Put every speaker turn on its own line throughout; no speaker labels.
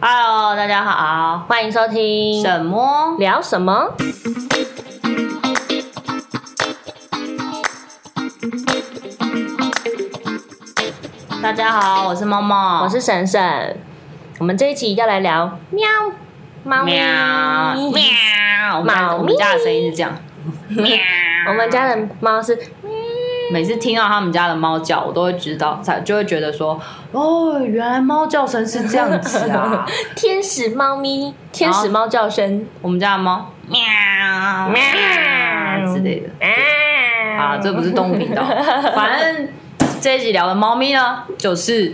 Hello，大家好，
欢迎收听
什么？
聊什么？
大家好，我是猫猫，
我是婶婶。我们这一集要来聊喵猫咪
喵喵，我们家
猫咪
我们家的声音是这样，喵。
我们家的猫是
每次听到他们家的猫叫，我都会知道，才就会觉得说，哦，原来猫叫声是这样子 啊。
天使猫咪，天使猫叫声
我们家的猫喵喵之类的。哦啊，这不是动物 频道，反正这一集聊的猫咪呢，就是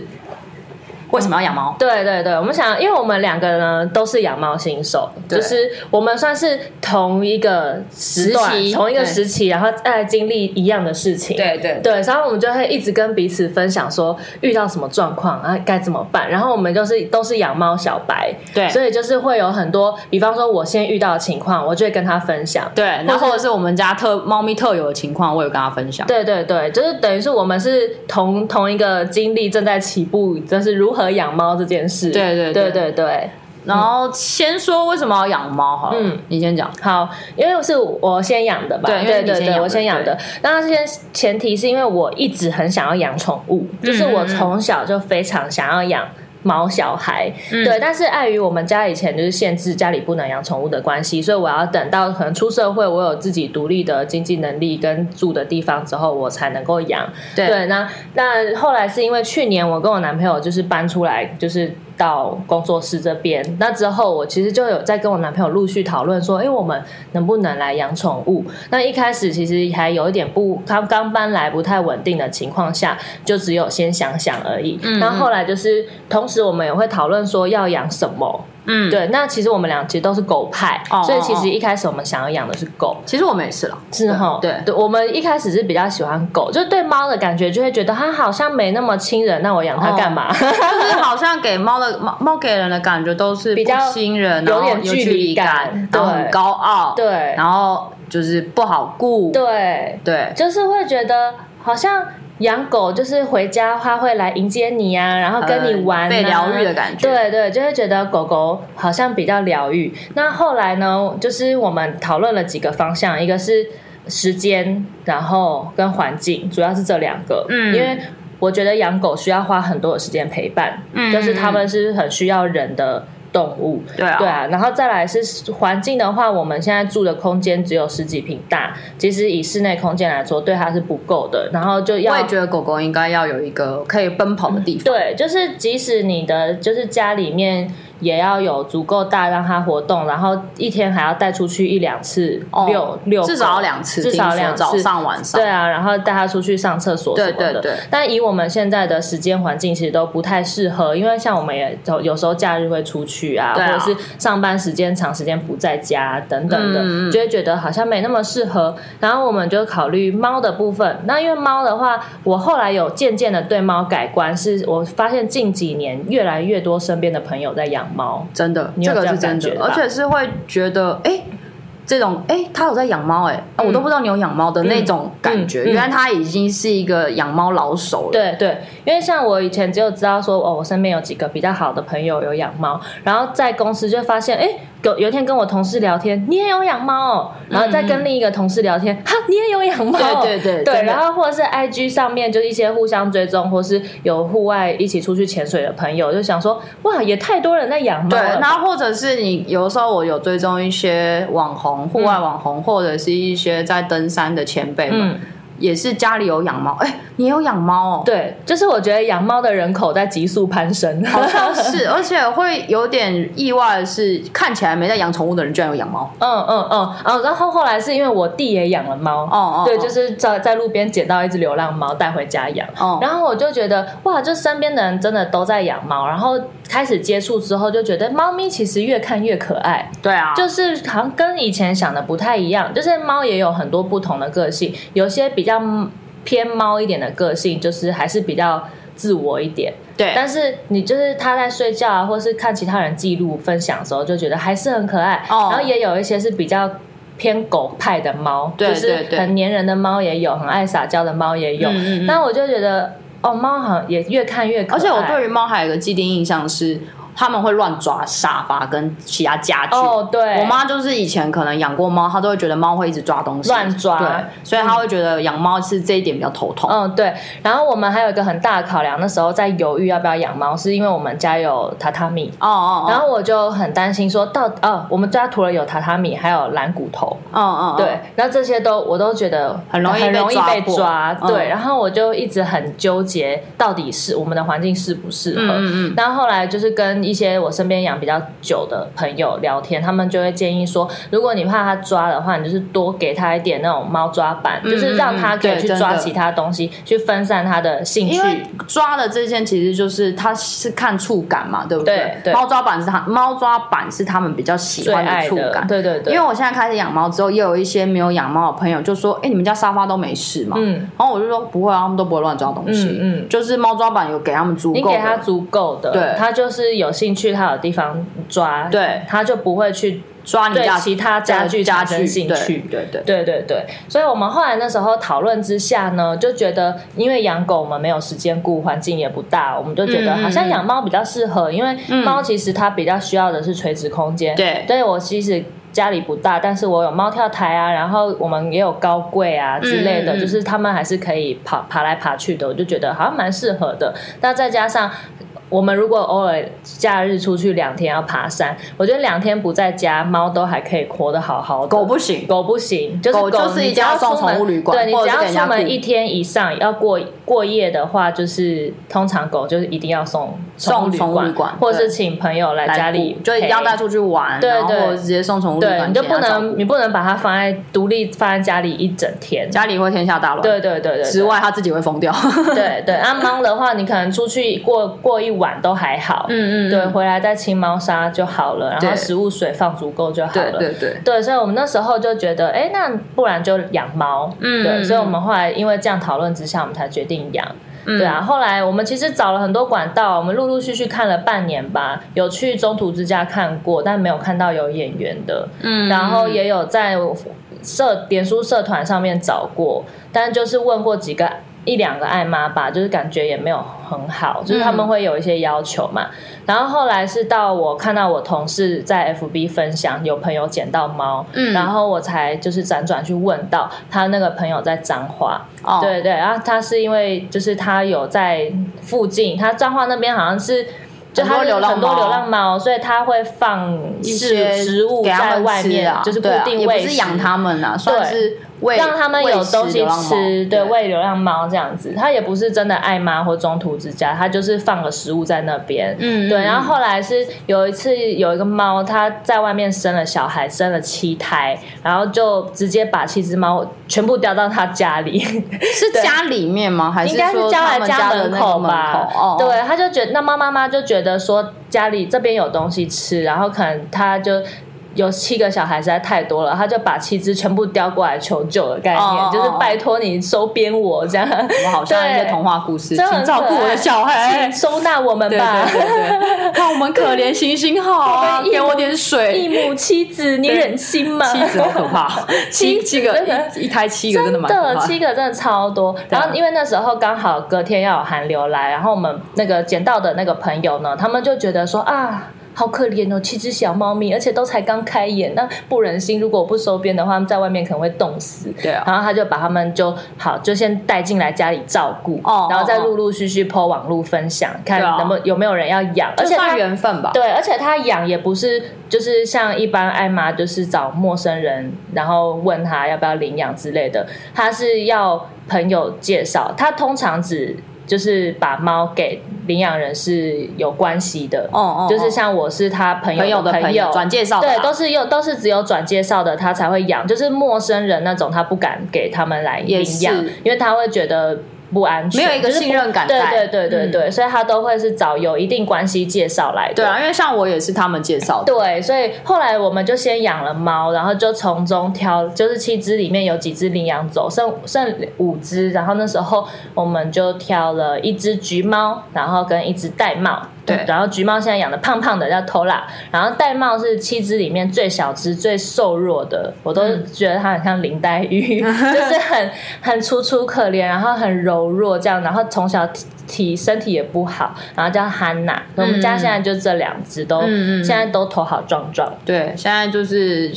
为什么要养猫？
对对对，我们想，因为我们两个呢都是养猫新手，
对
就是我们算是同一个时段
时期
同一个
对
时期，然后再经历一样的事情。
对对
对，然后我们就会一直跟彼此分享说遇到什么状况啊该怎么办。然后我们就是都是养猫小白，
对
所以就是会有很多，比方说我先遇到的情况，我就会跟他分享。
对，然后或者是我们家特猫咪特有的情况，我有跟他分享。
对对对，就是等于是我们是同同一个经历，正在起步，就是如何养猫这件事。
对对
对
对
对对。
然后先说为什么要养猫好了，
嗯
你先讲。
好，因为是我先养的吧？
对因
对
为你
对
先养
对，
的
我先养的。那这些前提是因为我一直很想要养宠物，
嗯
就是我从小就非常想要养。毛小孩，
嗯
对，但是碍于我们家以前就是限制家里不能养宠物的关系，所以我要等到可能出社会，我有自己独立的经济能力跟住的地方之后，我才能够养。
对
对，那那后来是因为去年我跟我男朋友就是搬出来，就是到工作室这边。那之后，我其实就有在跟我男朋友陆续讨论说，哎、我们能不能来养宠物？那一开始其实还有一点不刚刚搬来不太稳定的情况下，就只有先想想而已。
嗯
那后来就是，同时我们也会讨论说要养什么。
嗯，对，
对，那其实我们俩其实都是狗派，
哦
所以其
哦
实一开始我们想要养的是狗。
其实我们也是了，
是哈，
对
对，我们一开始是比较喜欢狗，就对猫的感觉就会觉得它好像没那么亲人，那我养它干嘛？
就是好像给猫的 猫猫给人的感觉都是
比较
不亲人，
有
然后
点
有
距
距
离
离
感
然后
对
很高傲，
对
然后就是不好顾，
对，
对，
就是会觉得好像养狗就是回家它会来迎接你啊，然后跟你玩、啊
呃被疗愈的感觉
对对，就会觉得狗狗好像比较疗愈。那后来呢，就是我们讨论了几个方向，一个是时间，然后跟环境，主要是这两个。
嗯
因为我觉得养狗需要花很多的时间陪伴，
嗯
就是它们是很需要人的动物。
对啊
对啊，然后再来是环境的话，我们现在住的空间只有十几平大，其实以室内空间来说，对它是不够的。然后就要
我也觉得狗狗应该要有一个可以奔跑的地方。
对，就是即使你的就是家里面也要有足够大让它活动，然后一天还要带出去一两次，
哦
六六
至少要两次，
至
听
少
说
两次
早上晚上。
对啊，然后带它出去上厕所什么的。
对对对
但以我们现在的时间环境，其实都不太适合，因为像我们也有有时候假日会出去啊，
对
或
啊
者是上班时间长时间不在家、等等的，
嗯嗯
就会觉得好像没那么适合。然后我们就考虑猫的部分。那因为猫的话，我后来有渐渐的对猫改观，是我发现近几年越来越多身边的朋友在养猫。
真的，
你有
这个
这样
是真
感觉
的，
吧
而且是会觉得，哎、这种，哎、他有在养猫，哎，啊我都不知道你有养猫的那种感觉，
嗯嗯嗯
原来他已经是一个养猫老手了。，
对对，因为像我以前只有知道说，哦，我身边有几个比较好的朋友有养猫，然后在公司就发现，哎，有有一天跟我同事聊天，你也有养猫、哦，然后再跟另一个同事聊天，哈，你也有养猫哦、
嗯对对对
对，
真的
然后或者是 IG 上面就是一些互相追踪，或是有户外一起出去潜水的朋友，就想说，哇，也太多人在养猫
对
了，吧。
然后或者是你有时候我有追踪一些网红、户外网红，或者是一些在登山的前辈们，
嗯
也是家里有养猫，哎、你有养猫哦，
对，就是我觉得养猫的人口在急速攀升，
好像是，而且会有点意外的是，看起来没在养宠物的人居然有养猫。
嗯嗯嗯，哦，然后后来是因为我弟也养了猫，
哦哦
对，
哦
就是在在路边捡到一只流浪猫带回家养，
哦
然后我就觉得哇，就身边的人真的都在养猫，然后开始接触之后就觉得猫咪其实越看越可爱，
对啊，
就是好像跟以前想的不太一样，就是猫也有很多不同的个性，有些比较偏猫一点的个性，就是还是比较自我一点，
对，
但是你就是他在睡觉啊，或是看其他人记录分享的时候，就觉得还是很可爱。
哦
然后也有一些是比较偏狗派的猫，
对对
就
对
是很粘人的猫也有，很爱撒娇的猫也有。
嗯嗯嗯
那我就觉得，哦，猫好像也越看越可爱。
而且我对于猫还有一个既定印象是，他们会乱抓沙发跟其他家具。
哦，对，
我妈就是以前可能养过猫，她都会觉得猫会一直抓东西，
乱抓
对，所以她会觉得养猫是这一点比较头痛。
嗯，对。然后我们还有一个很大的考量，那时候在犹豫要不要养猫，是因为我们家有榻榻米，
哦哦，
然后我就很担心说到哦，我们家除了有榻榻米，还有蓝骨头，
哦哦，嗯，
对，然后这些都我都觉得
很容易
很
被
容易
抓
被
过
抓，
嗯
对。然后我就一直很纠结，到底是我们的环境适不适合。
嗯嗯嗯
然后后来就是跟一些我身边养比较久的朋友聊天，他们就会建议说，如果你怕它抓的话，你就是多给它一点那种猫抓板，就
嗯
是
嗯
让它可
对
以去
真
抓
的
其他东西，去分散它的兴趣
因。为抓的这件其实就是它是看触感嘛，对不
对对
猫抓板是它猫抓板是他们比较喜
最
欢
爱
触
的
感，，
对对对，
因为我现在开始养猫之后，也有一些没有养猫的朋友就说：“哎、你们家沙发都没事嘛？”
嗯
然后我就说：“不会啊，他们都不会乱抓东西。
嗯嗯
就是猫抓板有给他们足
你
够
给他
的，
足够的，
对
他就是有兴趣，他有地方抓，
对
他就不会去
抓你
对
家
其他家具
家
产生
具
兴趣。
对对对，
对对对，所以我们后来那时候讨论之下呢，就觉得因为养狗我们没有时间顾，环境也不大，我们就觉得
嗯嗯
好像养猫比较适合，因为
嗯
猫其实它比较需要的是垂直空间。
对
对我其实家里不大，但是我有猫跳台啊，然后我们也有高柜啊之类的，
嗯嗯嗯
就是它们还是可以爬爬来爬去的，我就觉得好像蛮适合的。那再加上。我们如果偶尔假日出去两天要爬山，我觉得两天不在家，猫都还可以活得好好的。
狗不行。
狗不行，就是
狗就是
你
一
只
定要
要
送
出门
宠物旅馆
对你
或
只
者是给人
要
家
出门
雇
一天以上要过过夜的话，就是通常狗就是一定要送宠物
送宠物旅馆
或者
对
是请朋友来
来
家里
顾就一定要
陪
带出去玩，
对
然后
对
或者直接送宠物旅
对，
馆，
你就
请
不
人家照顾
能你不能把它放在独立放在家里一整天。
家里会天下大乱。
对对对对对，
之外，它自己会疯掉。
对对，啊猫的话，你可能出去过过一晚都还好，
嗯
对，回来再清猫砂就好了，然后
对
食物水放足够就好
对
了。
对对，
对，所以我们那时候就觉得，哎，那不然就养猫。
嗯
对，
嗯
所以我们后来因为这样讨论之下，我们才决定养。
嗯
对啊，后来我们其实找了很多管道，我们陆陆续续看了半年吧，有去中途之家看过，但没有看到有演员的。
嗯
然后也有在社脸书社团上面找过，但就是问过几个一两个爱妈吧，就是感觉也没有很好，
嗯
就是他们会有一些要求嘛。然后后来是到我看到我同事在 FB 分享有朋友捡到猫，
嗯
然后我才就是辗转去问到他那个朋友在彰化，
哦，
对对，然后他是因为就是他有在附近，他彰化那边好像是。就
很多
他
流浪
很多
猫
流浪猫，所以他会放
一
是
些
植物
给它
在
们
外
吃
面，
啊
就是固
对啊
定
也
喂
不
食
是养它们啊，算是喂
让他们有东西
喂食
吃，对，
流浪猫
喂流浪猫这样子。他也不是真的爱妈或中途之家，他就是放了食物在那边。
嗯
对。
嗯
然后后来是有一次有一个猫，它在外面生了小孩，生了七胎，然后就直接把七只猫全部叼到他家里，
是家里面吗？还
应该是
说
叼
他
来
们家的
门
那个
口
门
吧？
哦，
对，他就觉得那猫妈妈就觉得说家里这边有东西吃，然后可能他就。有七个小孩实在太多了，他就把七只全部叼过来求救的概念，
哦哦哦
就是拜托你收编我这样。
我们好像一些童话故事，
真的很
请照顾我的小孩
请。 收纳我们
对
吧
对， 对对，看我们可怜行行好啊，
对
给我点
一
水。
母妻子，你
对
忍心吗？
妻子好可 怕，七七个
真的
一一胎七个真的蛮可
的
怕。
七个真的超多。
对
然
啊
后因为那时候刚好隔天要有寒流来，然后我们那个捡到的那个朋友呢，他们就觉得说啊。好可怜哦，七只小猫咪，而且都才刚开眼，那不忍心。如果我不收编的话，他们在外面可能会冻死。
对啊
然后他就把他们就好，就先带进来家里照顾，
哦
然后再
哦哦
陆陆续续抛网络分享，看
对啊
能不能、有没有人要养。而
就
且他
算缘分吧，
对，而且他养也不是就是像一般艾玛，就是找陌生人，然后问他要不要领养之类的，他是要朋友介绍。他通常只就是把猫给领养人是有关系的，
哦哦哦
就是像我是他朋
朋
友
友
的
的
朋
朋友转介绍的啊
对
啦，，
都是有都是只有转介绍的他才会养，就是陌生人那种他不敢给他们来
也
领养
是，
因为他会觉得不安全，
没有一个
就是不
信任感
对对
在
对对
嗯
对，所以他都会是找有一定关系介绍来的。
对啊，因为像我也是他们介绍的，
对，所以后来我们就先养了猫，然后就从中挑，就是七只里面有几只领养走，剩剩五只。然后那时候我们就挑了一只橘猫，然后跟一只玳瑁。
对
然后橘猫现在养的胖胖的叫 Tola，然后玳瑁是七只里面最小只、最瘦弱的，我都
嗯
觉得它很像林黛 玉，就是很很楚楚可怜，然后很柔弱这样，然后从小体体身体也不好，然后叫汉娜。我们家现在就这两只都，
嗯嗯嗯嗯
现在都头好壮壮。
对，现在就是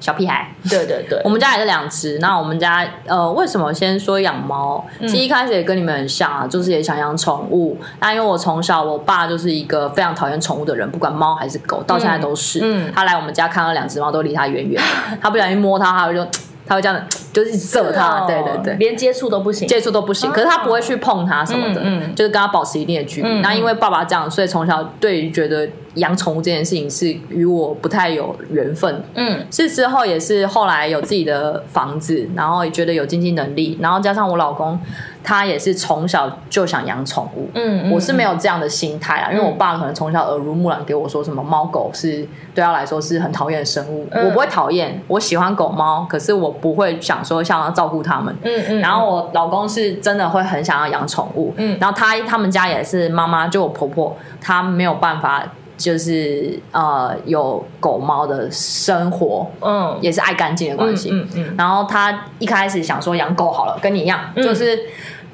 小屁孩。
对对对
我，们家也是两只。那我们家呃，为什么先说养猫？
嗯
其实一开始也跟你们很像啊，就是也想养宠物。那因为我从小我爸就是一个非常讨厌宠物的人，不管猫还是狗，到现在都是。
嗯
他来我们家看到两只猫都离他远远 的，他不小心摸它，他会就他会这样子，就是一直揍它。
哦
对对对。
连接触都不行。
接触都不行，可是他不会去碰它什么的，
嗯嗯
就是跟他保持一定的距离。
嗯嗯
那因为爸爸这样，所以从小对于觉得养宠物这件事情是与我不太有缘分，
嗯
是之后也是后来有自己的房子，然后也觉得有经济能力，然后加上我老公他也是从小就想养宠物，
嗯，
我是没有这样的心态啊，因为我爸可能从小耳濡目染给我说什么猫狗是对他来说是很讨厌的生物，
嗯
我不会讨厌，我喜欢狗猫，可是我不会想说想要照顾它们。
嗯嗯，
然后我老公是真的会很想要养宠物，
嗯
然后他他们家也是妈妈，就我婆婆，她没有办法，就是呃有狗猫的生活，
嗯
也是爱干净的关系。
嗯嗯
然后他一开始想说养狗好了，跟你一样，
嗯
就是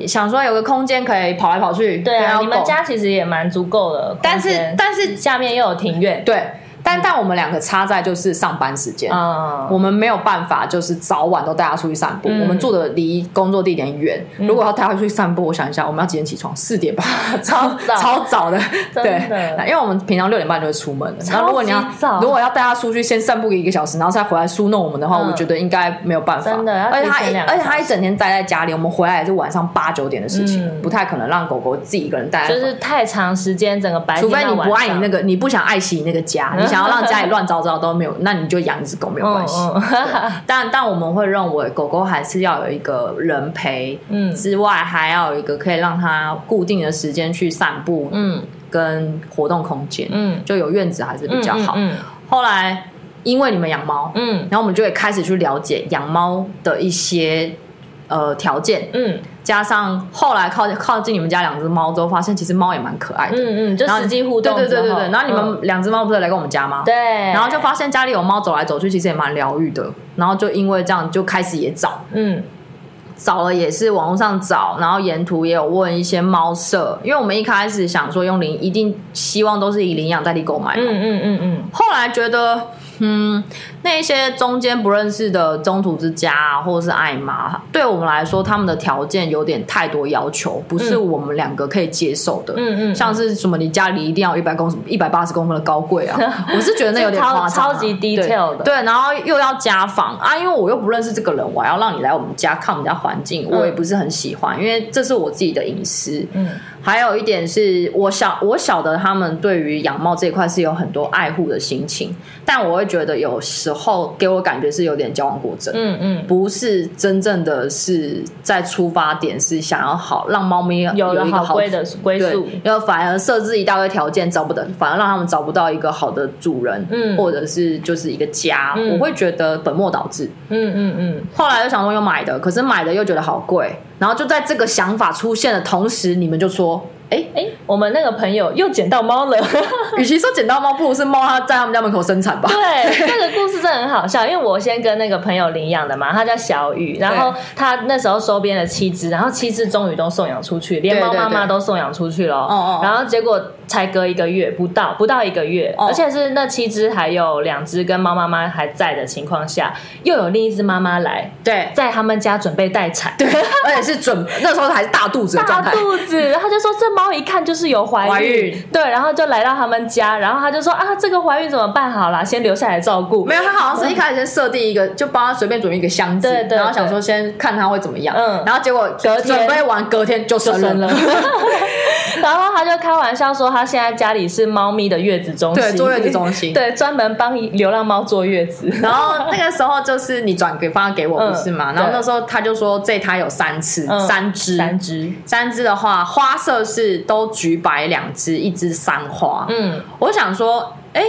想说有个空间可以跑来跑去。
对啊，
然后
你们
狗
家其实也蛮足够的空间，
但是但是
下面又有庭院，
对，但但我们两个差在就是上班时间，
啊，
我们没有办法，就是早晚都带他出去散步。
嗯
我们住的离工作地点远，如果要带他出去散步，我想一下，我们要几点起床？四点吧，超
早
超早的，
真的
对，因为我们平常六点半就会出门了。
超级
然后如果你要
早
如果要带他出去先散步一个小时，然后再回来梳弄我们的话，
嗯
我觉得应该没有办法。
真的要
而且他
提前
一
两个
而且他一整天待在家里，我们回来也是晚上八九点的事情，
嗯
不太可能让狗狗自己一个人待在
就是太长时间，整个白
除
天到
非
晚
你
上，
不爱你那个，你不想爱惜你那个家，你想要让家里乱糟糟都没有，那你就养一只狗没有关系。
嗯嗯
但但我们会认为狗狗还是要有一个人陪，
嗯
之外还要有一个可以让它固定的时间去散步，
嗯
跟活动空间，
嗯
就有院子还是比较好。
嗯
后来因为你们养猫，
嗯
然后我们就会开始去了解养猫的一些呃条件，
嗯
加上后来靠靠近你们家两只猫之后，发现其实猫也蛮可爱的。
嗯嗯，就
然后
实际互动之
对
后，
对对对对。然后你
嗯
们两只猫不是来跟我们家吗？
对，
然
然
后就发现家里有猫走来走去，其实也蛮疗愈的。然后就因为这样，就开始也找，
嗯
找了也是网络上找，然后沿途也有问一些猫舍，因为我们一开始想说用领，一定希望都是以领养代替购买嘛。
嗯嗯嗯嗯
后来觉得，嗯，那一些中间不认识的中途之家啊，或者是爱玛，对我们来说，他们的条件有点太多要求，不是我们两个可以接受的。
嗯嗯，
像是什么，你家里一定要一百公一百八十公分的高 柜啊，我是觉得那有点
超
夸张啊、
超级 detail 的
对，对然后又要家访啊，因为我又不认识这个人，我还要让你来我们家看我们家环境，
嗯
我也不是很喜欢，因为这是我自己的隐私。
嗯
还有一点是我晓我晓得他们对于养猫这一块是有很多爱护的心情，但我会觉得有时候给我感觉是有点矫枉过正。
嗯嗯，
不是真正的是在出发点是想要好让猫咪
有
一
了
个
好归的归
对
宿，，
然后反而设置一大堆条件，找不到，反而让他们找不到一个好的主人，
嗯
或者是就是一个家，
嗯
我会觉得本末倒置。
嗯嗯嗯，
后来又想说又买的，可是买的又觉得好贵，然后就在这个想法出现的同时，你们就说，哎、
哎，我们那个朋友又捡到猫了。
与其说捡到猫，不如是猫它在他们家门口生产 吧。
对，这个故事真的很好笑，因为我先跟那个朋友领养的嘛，他叫小雨，然后他那时候收编了七只，然后七只终于都送养出去，连
对
猫
对
妈妈
对
都送养出去了。
哦哦
然后结果才隔一个月，不到不到一个月，
哦
而且是那七只还有两只跟猫妈妈还在的情况下，又有另一只妈妈来，
对
在他们家准备待产。
对，而且是准那时候还是 大肚子的状
大
态。
肚子， 然后就说这猫一看就是有怀孕，
怀孕
对，然后就来到他们家，然后他就说啊，这个怀孕怎么办好啦，先留下来照顾。
没有，他好像是一开始先设定一个，就帮他随便准备一个箱子，
对对
然后想说先看他会怎么样，
嗯
然后结果
隔天
准备完隔天就
就
生
生了。 然后他就开玩笑说，他现在家里是猫咪的月子中心，
对坐月子中心
对，专门帮流浪猫坐月子。
然后那个时候就是你转给发给我
嗯
不是吗？然后
对
那时候他就说这胎有三次，
嗯
三只，
三只，
三只的话，花色是都橘白两只，一只三花。
嗯
我想说，哎、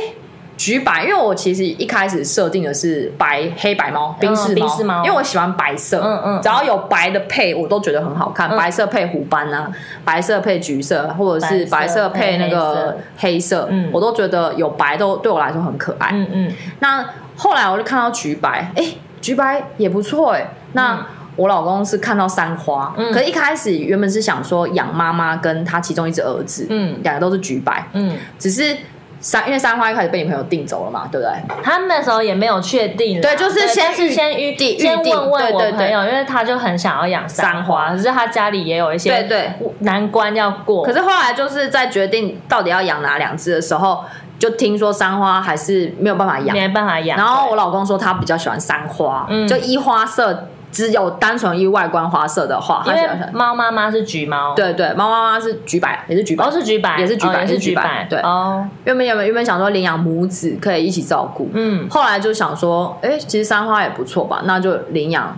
橘白，因为我其实一开始设定的是白黑白猫冰室
嗯冰室猫
因为我喜欢白色，
嗯嗯
只要有白的配，我都觉得很好看。
嗯
白色配虎斑啊，白色配橘色，或者是
白
白
色
色
配
配那个黑色，
嗯
我都觉得有白都对我来说很可爱。
嗯嗯，
那后来我就看到橘白，哎、橘白也不错哎、那、
嗯
我老公是看到三花，
嗯
可是一开始原本是想说养妈妈跟他其中一只儿子，
嗯
两个都是橘白，
嗯，
只是三因为三花一开始被你朋友订走了嘛，对不对？
他们那时候也没有确定啦，
对就是先
但是
预
先预
定
先
预定
问问
对
我
对对
朋友，因为他就很想要养三
三花
花，可是他家里也有一些
对对
难关要过，
可是后来就是在决定到底要养哪两只的时候，就听说三花还是没有办法养，
没办法养。
然后我老公说他比较喜欢三花，
嗯
就一花色，只有单纯一外观花色的话，
对
他
因
喜
为
欢三。
猫妈妈是橘猫，，
对对，猫妈妈是橘白，也是橘白，
哦是橘白，
也是橘白
哦也是
也是
橘
橘白
白，
对
哦，
原本原本原本想说领养母子可以一起照顾，
嗯
后来就想说，哎、其实三花也不错吧，那就领养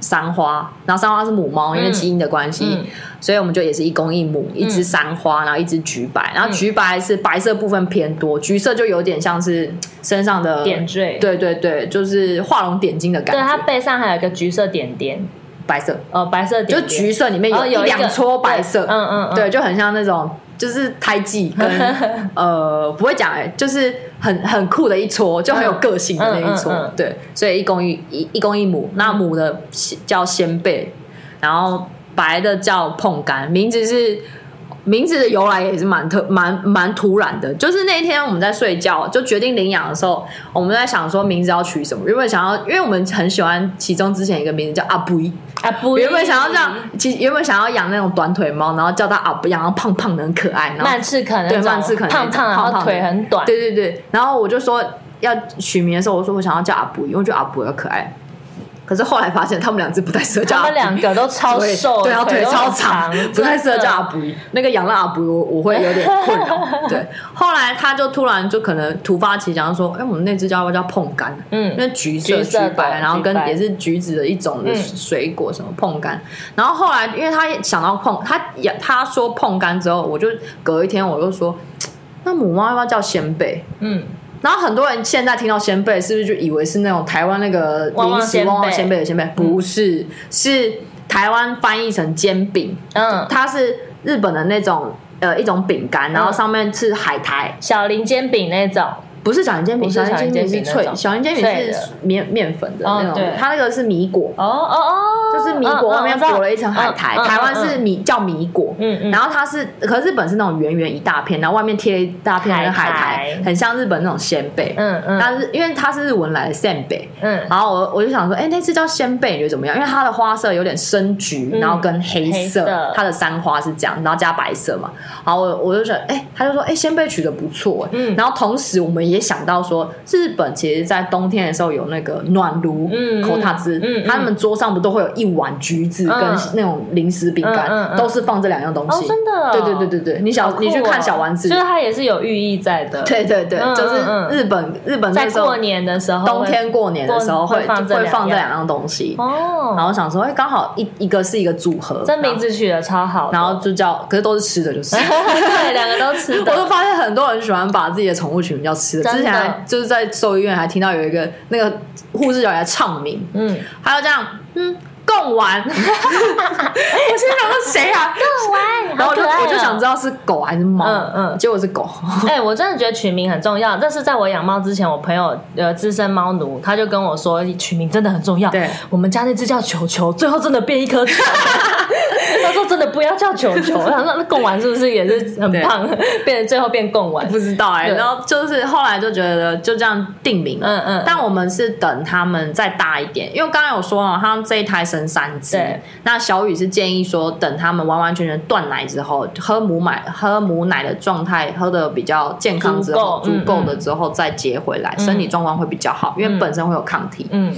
三花。然后三花是母猫，因为
嗯
基因的关系，
嗯
所以我们就也是一公一母，一只三花，然后一只橘白。
嗯
然后橘白是白色部分偏多，橘色就有点像是身上的
点。缀，
对对对，就是画龙点睛的感
对，它
觉。
背上还有一个橘色点点，
白色
哦，白色点
就
点，
橘色里面
哦
有
有
一
一个
两撮白色，
对嗯嗯嗯
对，就很像那种就是胎记跟呃不会讲哎、就是很很酷的一撮，就很有个性的那一撮，
嗯嗯嗯嗯
对，所以一公一一一公一母，那母的叫先贝，然后白的叫碰干，名字是。名字的由来也是蛮特蛮蛮突然的，就是那一天我们在睡觉就决定领养的时候，我们在想说名字要取什么，原本想要，因为我们很喜欢其中之前一个名字叫阿布伊，
啊，不，
原本想要这样，其实原本想要养那种短腿猫，然后叫它啊不养，然后胖胖的很可爱，然后
慢刺可能
对慢刺可能
胖胖，然
胖
后
胖
腿很短，
对对对，然后我就说要取名的时候，我说我想要叫阿布，因为我觉得阿布比较可爱。可是后来发现他们两只不太适合叫
他
阿
们
布，
两个都超
对
瘦，
对，然后腿
都
超
很
长，不太适合叫阿布。那个养了阿布，我我会有点 困扰。对，后来他就突然就可能突发奇想说，哎，我们那只叫不叫碰干？
嗯
因为橘色
橘色的
橘白，然后跟
橘白
也是橘子的一种的
嗯
水果，什么碰柑。然后后来，因为他也想到碰，他也他说碰柑之后，我就隔一天我就说，那母猫要不要叫仙贝？
嗯，
然后很多人现在听到仙贝，是不是就以为是那种台湾那个
旺旺
零食
仙贝
旺旺仙贝的仙
嗯
贝？不是，是台湾翻译成煎饼，
嗯，
它是日本的那种呃一种饼干，然后上面是海苔，
小林煎饼那种，
不是小林煎饼，
不
小
是
林
小林煎饼
是
那
脆，
种
小林煎饼
脆
是
的
面面粉的
哦
那种
对，
它那个是米果，
哦哦哦，
就是米
嗯
果外面裹了一层海苔，台湾，
嗯
是米叫米果，
嗯嗯
然后它是，可是日本是那种圆圆一大片，然后外面贴一大片的
海
海
苔
苔，很像日本那种鲜贝，
嗯嗯
但是因为它是日文来的鲜贝，
嗯嗯嗯嗯
然后我我就想说，哎、那只叫鲜贝，你觉得怎么样？因为它的花色有点深橘，
嗯
然后跟黑
黑
色，
色
它的三花是这样，然后加白色嘛。然后我我就觉得，哎、他就说，哎、鲜贝取得不错、哎
嗯
然后同时我们也想到说，日本其实在冬天的时候有那个暖炉，
嗯
口塔兹，
嗯嗯
他们桌上不都会有一碗橘子跟
嗯
那种零食饼干，
嗯嗯嗯
都是放这两样东
哦，
西。
真的哦，
对对对对对，你小、
好酷哦，
你去看小丸子
就，是它也是有寓意在的，，
对对对，
嗯
就是
嗯嗯
日本日本
在
那时候
过年的时候会，
冬天过年的时候
哦会会
会
放这两样
放这两样东西，然
哦，
后想说，哎、刚好一一个是一个组合，
这哦名字取得超好的，
然后，然后就叫，可是都是吃的， 就是。
对，两个都吃
我就
的，
发现很多人喜欢把自己的宠物取名叫吃的。
真的
之前还就是在兽医院还听到有一个那个护士有来唱名，
嗯，
还有这样，嗯，贡丸。我心里想说谁啊？
玩
然后我就我就想知道是狗还是猫，
啊嗯嗯
结果是狗。
哎、我真的觉得取名很重要。但是在我养猫之前，我朋友呃资深猫奴，他就跟我说，取名真的很重要。
对
我们家那只叫球球，最后真的变一 颗球。他说真的不要叫球球，然后那那贡丸是不是也是很胖， 变成最后变贡丸？
不知道哎、
对
然后就是后来就觉得就这样定名了，
嗯嗯
但我们是等他们再大一点，因为刚刚有说了，他们这一胎生三只
对，
那小雨是建议说，等他们完完全全断奶之后，喝母奶喝母奶的状态，喝的比较健康之后，
足够
足够
嗯
的之后再接回来，身体状况会比较好，因为本身会有抗体。
嗯，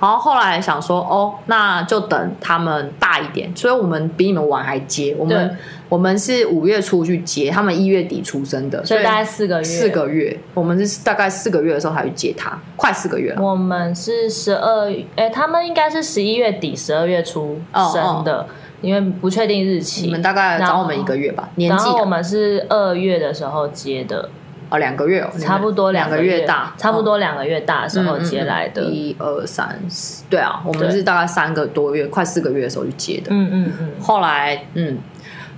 然后后来想说，哦，那就等他们大一点，所以我们比你们晚还接，我
对
们我们是五月初去接，他们一月底出生的，
所以大概四个月。
四。个月，我们是大概四个月的时候才去接他，快四个月了。
我们是十二，哎，他们应该是十一月底、十二月初
哦
生的，因为不确定日期。
你们大概
然
找
后
我们一个月吧，年
然
纪
后
啊
我们是二月的时候接的，
哦，两个月哦，
差不多
两
个
个月大，嗯
差不多两个月大的时候
嗯嗯嗯
接来的。嗯
一二三四，对啊，我们
对
是大概三个多月，快四个月的时候去接的。
嗯嗯
后来，嗯，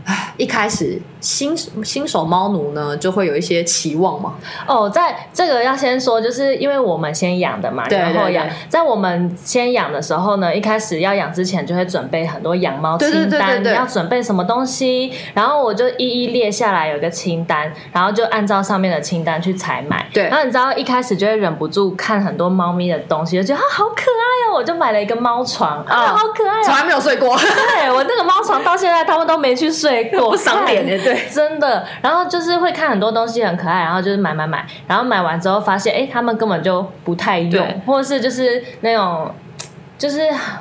唉一开始新新手猫奴呢，就会有一些期望嘛，
哦，在这个要先说，就是因为我们先养的嘛，
对
然后
对
养
对
在我们先养的时候呢，一开始要养之前就会准备很多养猫
对
清
对
单，
对对对
你要准备什么东西，然后我就一一列下来有一个清单，然后就按照上面的清单去采买。
对
然后你知道一开始就会忍不住看很多猫咪的东西，就觉得啊好可爱哦，我就买了一个猫床，啊、好可爱、哦，
从来没有睡过。
对我那个猫床到现在他们都没去睡过，
不赏脸耶对，
真的。然后就是会看很多东西很可爱，然后就是买买买，然后买完之后发现，哎，他们根本就不太
对
用，或者是就是那种，就是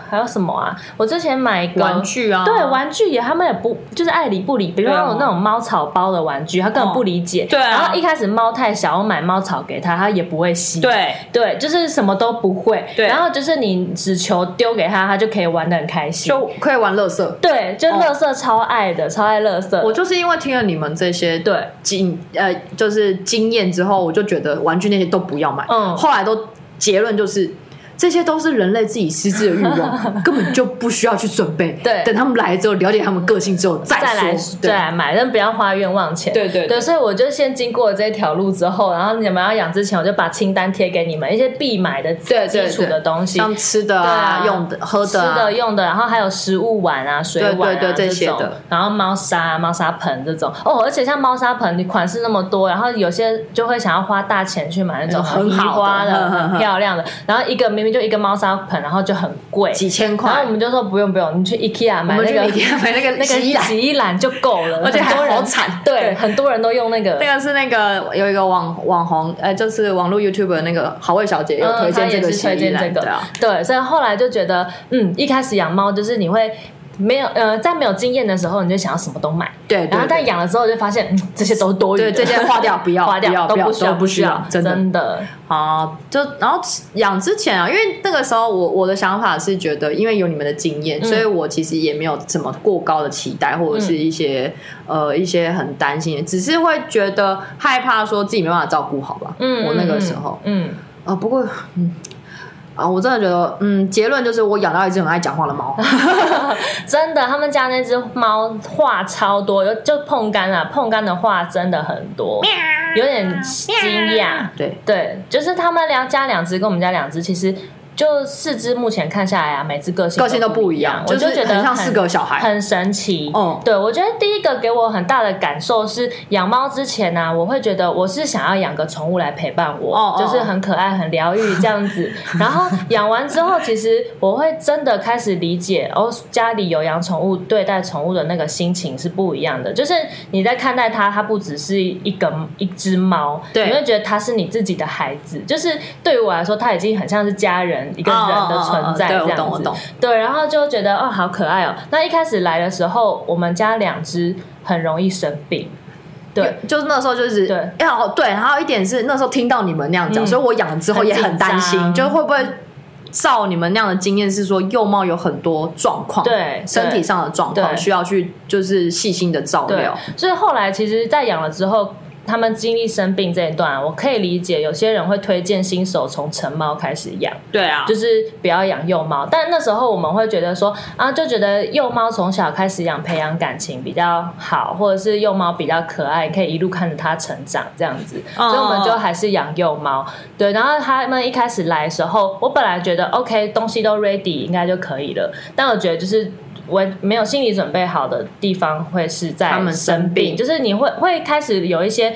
还有什么啊？我之前买一个
玩。具啊，
对玩具也，他们也不就是爱理不理。比如
对
说
啊
有那种猫草包的玩具，他根本不理解。
对啊
然后一开始猫太小，我买猫草给他，他也不会吸。
对
对，就是什么都不会。
对
然后就是你只求丢给他，他就可以玩的很开心。
就可以玩乐色。
对，就乐色超爱的，超爱乐色。
哦我就是因为听了你们这些
对
经呃就是经验之后，我就觉得玩具那些都不要买。
嗯
后来都结论就是。这些都是人类自己私自的 欲望，根本就不需要去准备。
对
等他们来之后，了解他们个性之后再
再来
说。
再来买，但不要花冤枉钱。
对对对
对，所以我就先经过这条路之后，然后你们要养之前，我就把清单贴给你们一些必买的
对对
基础的东西，
像吃的
对啊
用的、喝
吃
的啊、
的、用的，然后还有食物碗啊、水碗啊
对对对这些
种
的，
然后猫砂、啊猫砂盆这种。哦，而且像猫砂盆，你款式那么多，然后有些就会想要花大钱去买那种
嗯很
移
好的
花
呵呵呵
很漂亮的，然后一个明明就一个猫砂盆，然后就很贵，
几千
然后
块
我，们就说不用不用，你去 IKEA
我
买
们
那
去
个
IKEA 买那个
那个
洗衣篮
洗衣篮就够了，
而且还
很多人
好惨对啊
对，很多人都用那个
那。个是那个有一个网网红，呃，就是网络 YouTube 的那个好味小姐有
嗯
推
他
荐这
也
个
是
洗
推
衣
荐这
篮，
个
对啊，
对，所以后来就觉得，嗯，一开始养猫就是你会没有呃，在没有经验的时候，你就想要什么都买，
对对
然后
对
但养了之后就发现，嗯，这些都是多余的，
对这些花掉不要
花
不要
掉
不要
不需
都不需要
要，
真的
真的，
啊，就然后养之前啊，因为那个时候我我的想法是觉得，因为有你们的经验，
嗯
所以我其实也没有什么过高的期待，或者是一些、呃一些很担心的，只是会觉得害怕说自己没办法照顾好吧。
嗯，
我那个时
嗯
候，
嗯，
啊，不过，嗯，啊，我真的觉得，嗯，结论就是我养到一只很爱讲话 的猫，
真的，他们家那只猫话超多，就就碰干啊，碰干的话真的很多，有点惊讶。
对，
对，就是他们两家两只跟我们家两只，其实就四只目前看下来啊，每只个性
个性都
不
不一样，
我
是
觉得
很像四个小孩，
很神奇。
嗯
对我觉得第一个给我很大的感受是，养猫之前呢、啊我会觉得我是想要养个宠物来陪伴我，
哦哦
就是很可爱、很疗愈这样 子。然后养完之后，其实我会真的开始理解，哦，家里有养宠物，对待宠物的那个心情是不一样的。就是你在看待它，它不只是一个一只猫，
对
你会觉得它是你自己的孩子。就是对于我来说，它已经很像是家人一个
哦
人的
哦哦
存在
对
这
我
样
懂我
子
懂。
对，然后就觉得哦，好可爱哦。那一开始来的时候，我们家两只很容易生病，对，
就是那时候就是
对，
要对，还有一点是那时候听到你们那样讲，
嗯
所以我养了之后
很
也
紧
很担心，
张
就会不会照你们那样的经验是说幼猫有很多状况，
对
身体
对
上的状况
对
需要去就是细心的照
对
料，。
所以后来其实，在养了之后。他们经历生病这一段，我可以理解，有些人会推荐新手从成猫开始养，
对啊
就。是不要养幼猫。但那时候我们会觉得说啊，就觉得幼猫从小开始养，培养感情比较好，或者是幼猫比较可爱，可以一路看着它成长这样子。
哦
所以我们就还是养幼猫。对，然后他们一开始来的时候，我本来觉得 OK，东西都 ready 应该就可以了，但我觉得就是。我没有心理准备好的地方，会是在
他们生
生
病
就是你会会开始有一些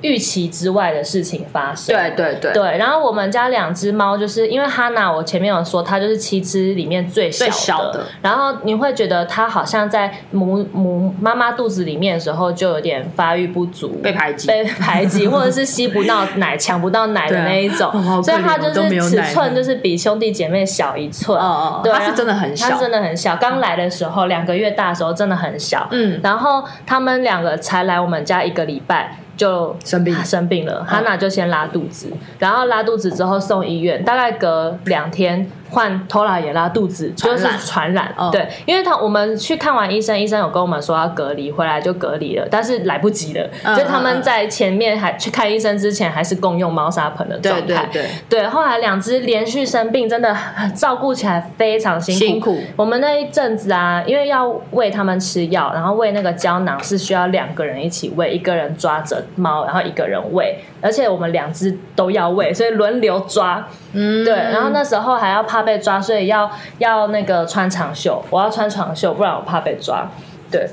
预期之外的事情发生。
对对对，
对，然后我们家两只猫，就是因为哈娜，我前面有说它就是七只里面最小
最小的
的，然后你会觉得它好像在母母妈妈肚子里面的时候就有点发育不足，
被排挤，
被排挤，或者是吸不到奶、抢不到奶的那一种，
对啊哦好可
所以它
怜哦都没
就
有
是尺
奶
寸就是比兄弟姐妹小一寸。
嗯嗯，
对，
它
然
是
后
真的很
它
小，
真的很小。刚来的时候，两个月大的时候真的很小。
嗯
然后他们两个才来我们家一个礼拜就
生病嗯
生病了。哈娜就先拉肚子，然后拉肚子之后送医院，大概隔两天换偷懒也拉肚子，就是传染。
嗯
对，因为他我们去看完医生，医生有跟我们说要隔离，回来就隔离了，但是来不及了，
嗯
就他们在前面还去看医生之前还是共用猫砂盆的状
对
态。
对对，
对，后来两只连续生病，真的很照顾起来非常辛苦。
辛苦
我们那一阵子啊，因为要喂它们吃药，然后喂那个胶囊是需要两个人一起喂，一个人抓着猫，然后一个人喂，而且我们两只都要喂，所以轮流抓。
嗯，
对，然后那时候还要怕被抓，所以要要那个穿长袖，我要穿长袖，不然我怕被抓。对，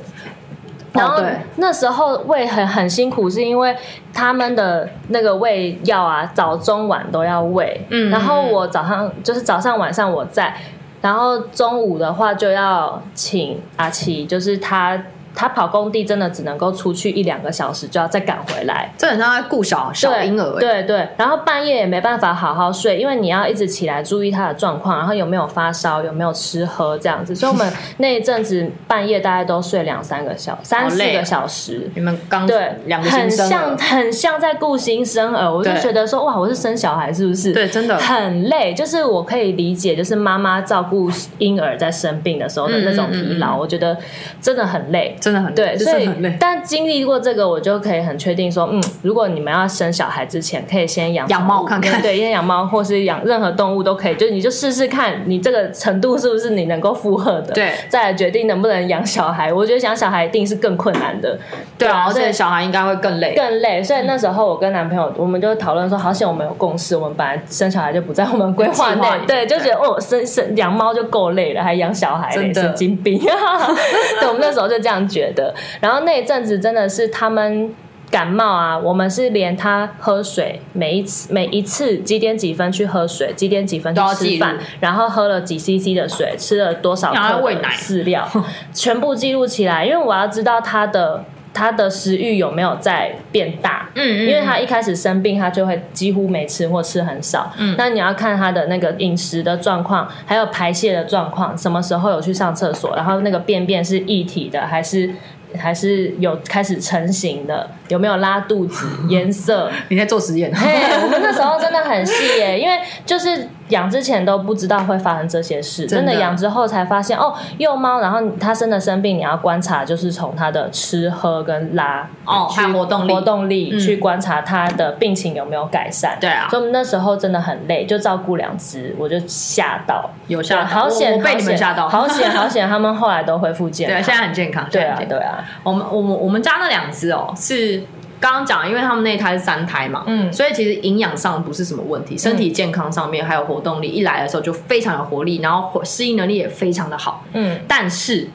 然后
哦对
那时候喂很很辛苦，是因为他们的那个喂药啊，早中晚都要喂。
嗯
然后我早上就是早上晚上我在，然后中午的话就要请阿奇，就是他他跑工地真的只能够出去一两个小时，就要再赶回来。
这很像在顾小小
对
婴儿、欸，
对对，然后半夜也没办法好好睡，因为你要一直起来注意他的状况，然后有没有发烧，有没有吃喝这样子。 所以我们那一阵子半夜大概都睡两三个小三
好
四
累哦
个小时。
你们刚
对，
两个
很
新生
像
儿，
很像在顾新生儿，我就
对
觉得说哇，我是生小孩是不是？
对，真的，
很累，就是我可以理解，就是妈妈照顾婴儿在生病的时候的那种
嗯嗯嗯
疲劳，我觉得真的很累。
真的很累
对，
真
所
的
以
很累。
但经历过这个，我就可以很确定说，嗯，如果你们要生小孩之前，可以先养
养
宠
猫
物
看看
对，先养猫或是养任何动物都可以，就是你就试试看，你这个程度是不是你能够负荷的，
对啊
再来决定能不能养小孩。我觉得养小孩一定是更困难的，
对啊，而
所
且
以
小孩应该会更累。
更累。所以那时候我跟男朋友，我们就讨论说，好险我们有共识，我们本来生小孩就不在我们规划
计
内
划里，
对，就
对
觉得哦，生生养猫就够累了，还养小孩嘞，
真的
神经 病。对，我们那时候就这样觉得。然后那一阵子真的是他们。感冒啊，我们是连他喝水，每一次每一次几点几分去喝水，几点几分
都要
去吃
记录
饭，然后喝了几 CC 的水，吃了多少
你还要
克
喂
的
奶
饲料，全部记录起来，因为我要知道他的他的食欲有没有在变大。
嗯
因为他一开始生病，他就会几乎没吃或吃很少。
嗯
那你要看他的那个饮食的状况，还有排泄的状况，什么时候有去上厕所，然后那个便便是一体的还是还是有开始成型的，有没有拉肚 子、颜色，
你在做实验，
嘿，我们那时候真的很细耶，因为就是养之前都不知道会发生这些事，
真
真
的
的养之后才发现哦，幼猫，然后它真的生病，你要观察，就是从它的吃喝跟拉
哦
去
还有活动力
活动力、
嗯
去观察它的病情有没有改善。
对啊
所以我们那时候真的很累，就照顾两只，我就吓到，
有吓到
对好险，
我我被
好
你们
险
吓到
好险好险，他们后来都恢复健
对，
康。
现在很健康，
对
现在很
啊
健康
对啊，
我们我们我们家那两只哦，是刚刚讲，因为他们那一胎是三胎嘛，
嗯
所以其实营养上不是什么问题，身体健康上面还有活动力，一来的时候就非常有活力，然后活适应能力也非常的好，
嗯，
但是。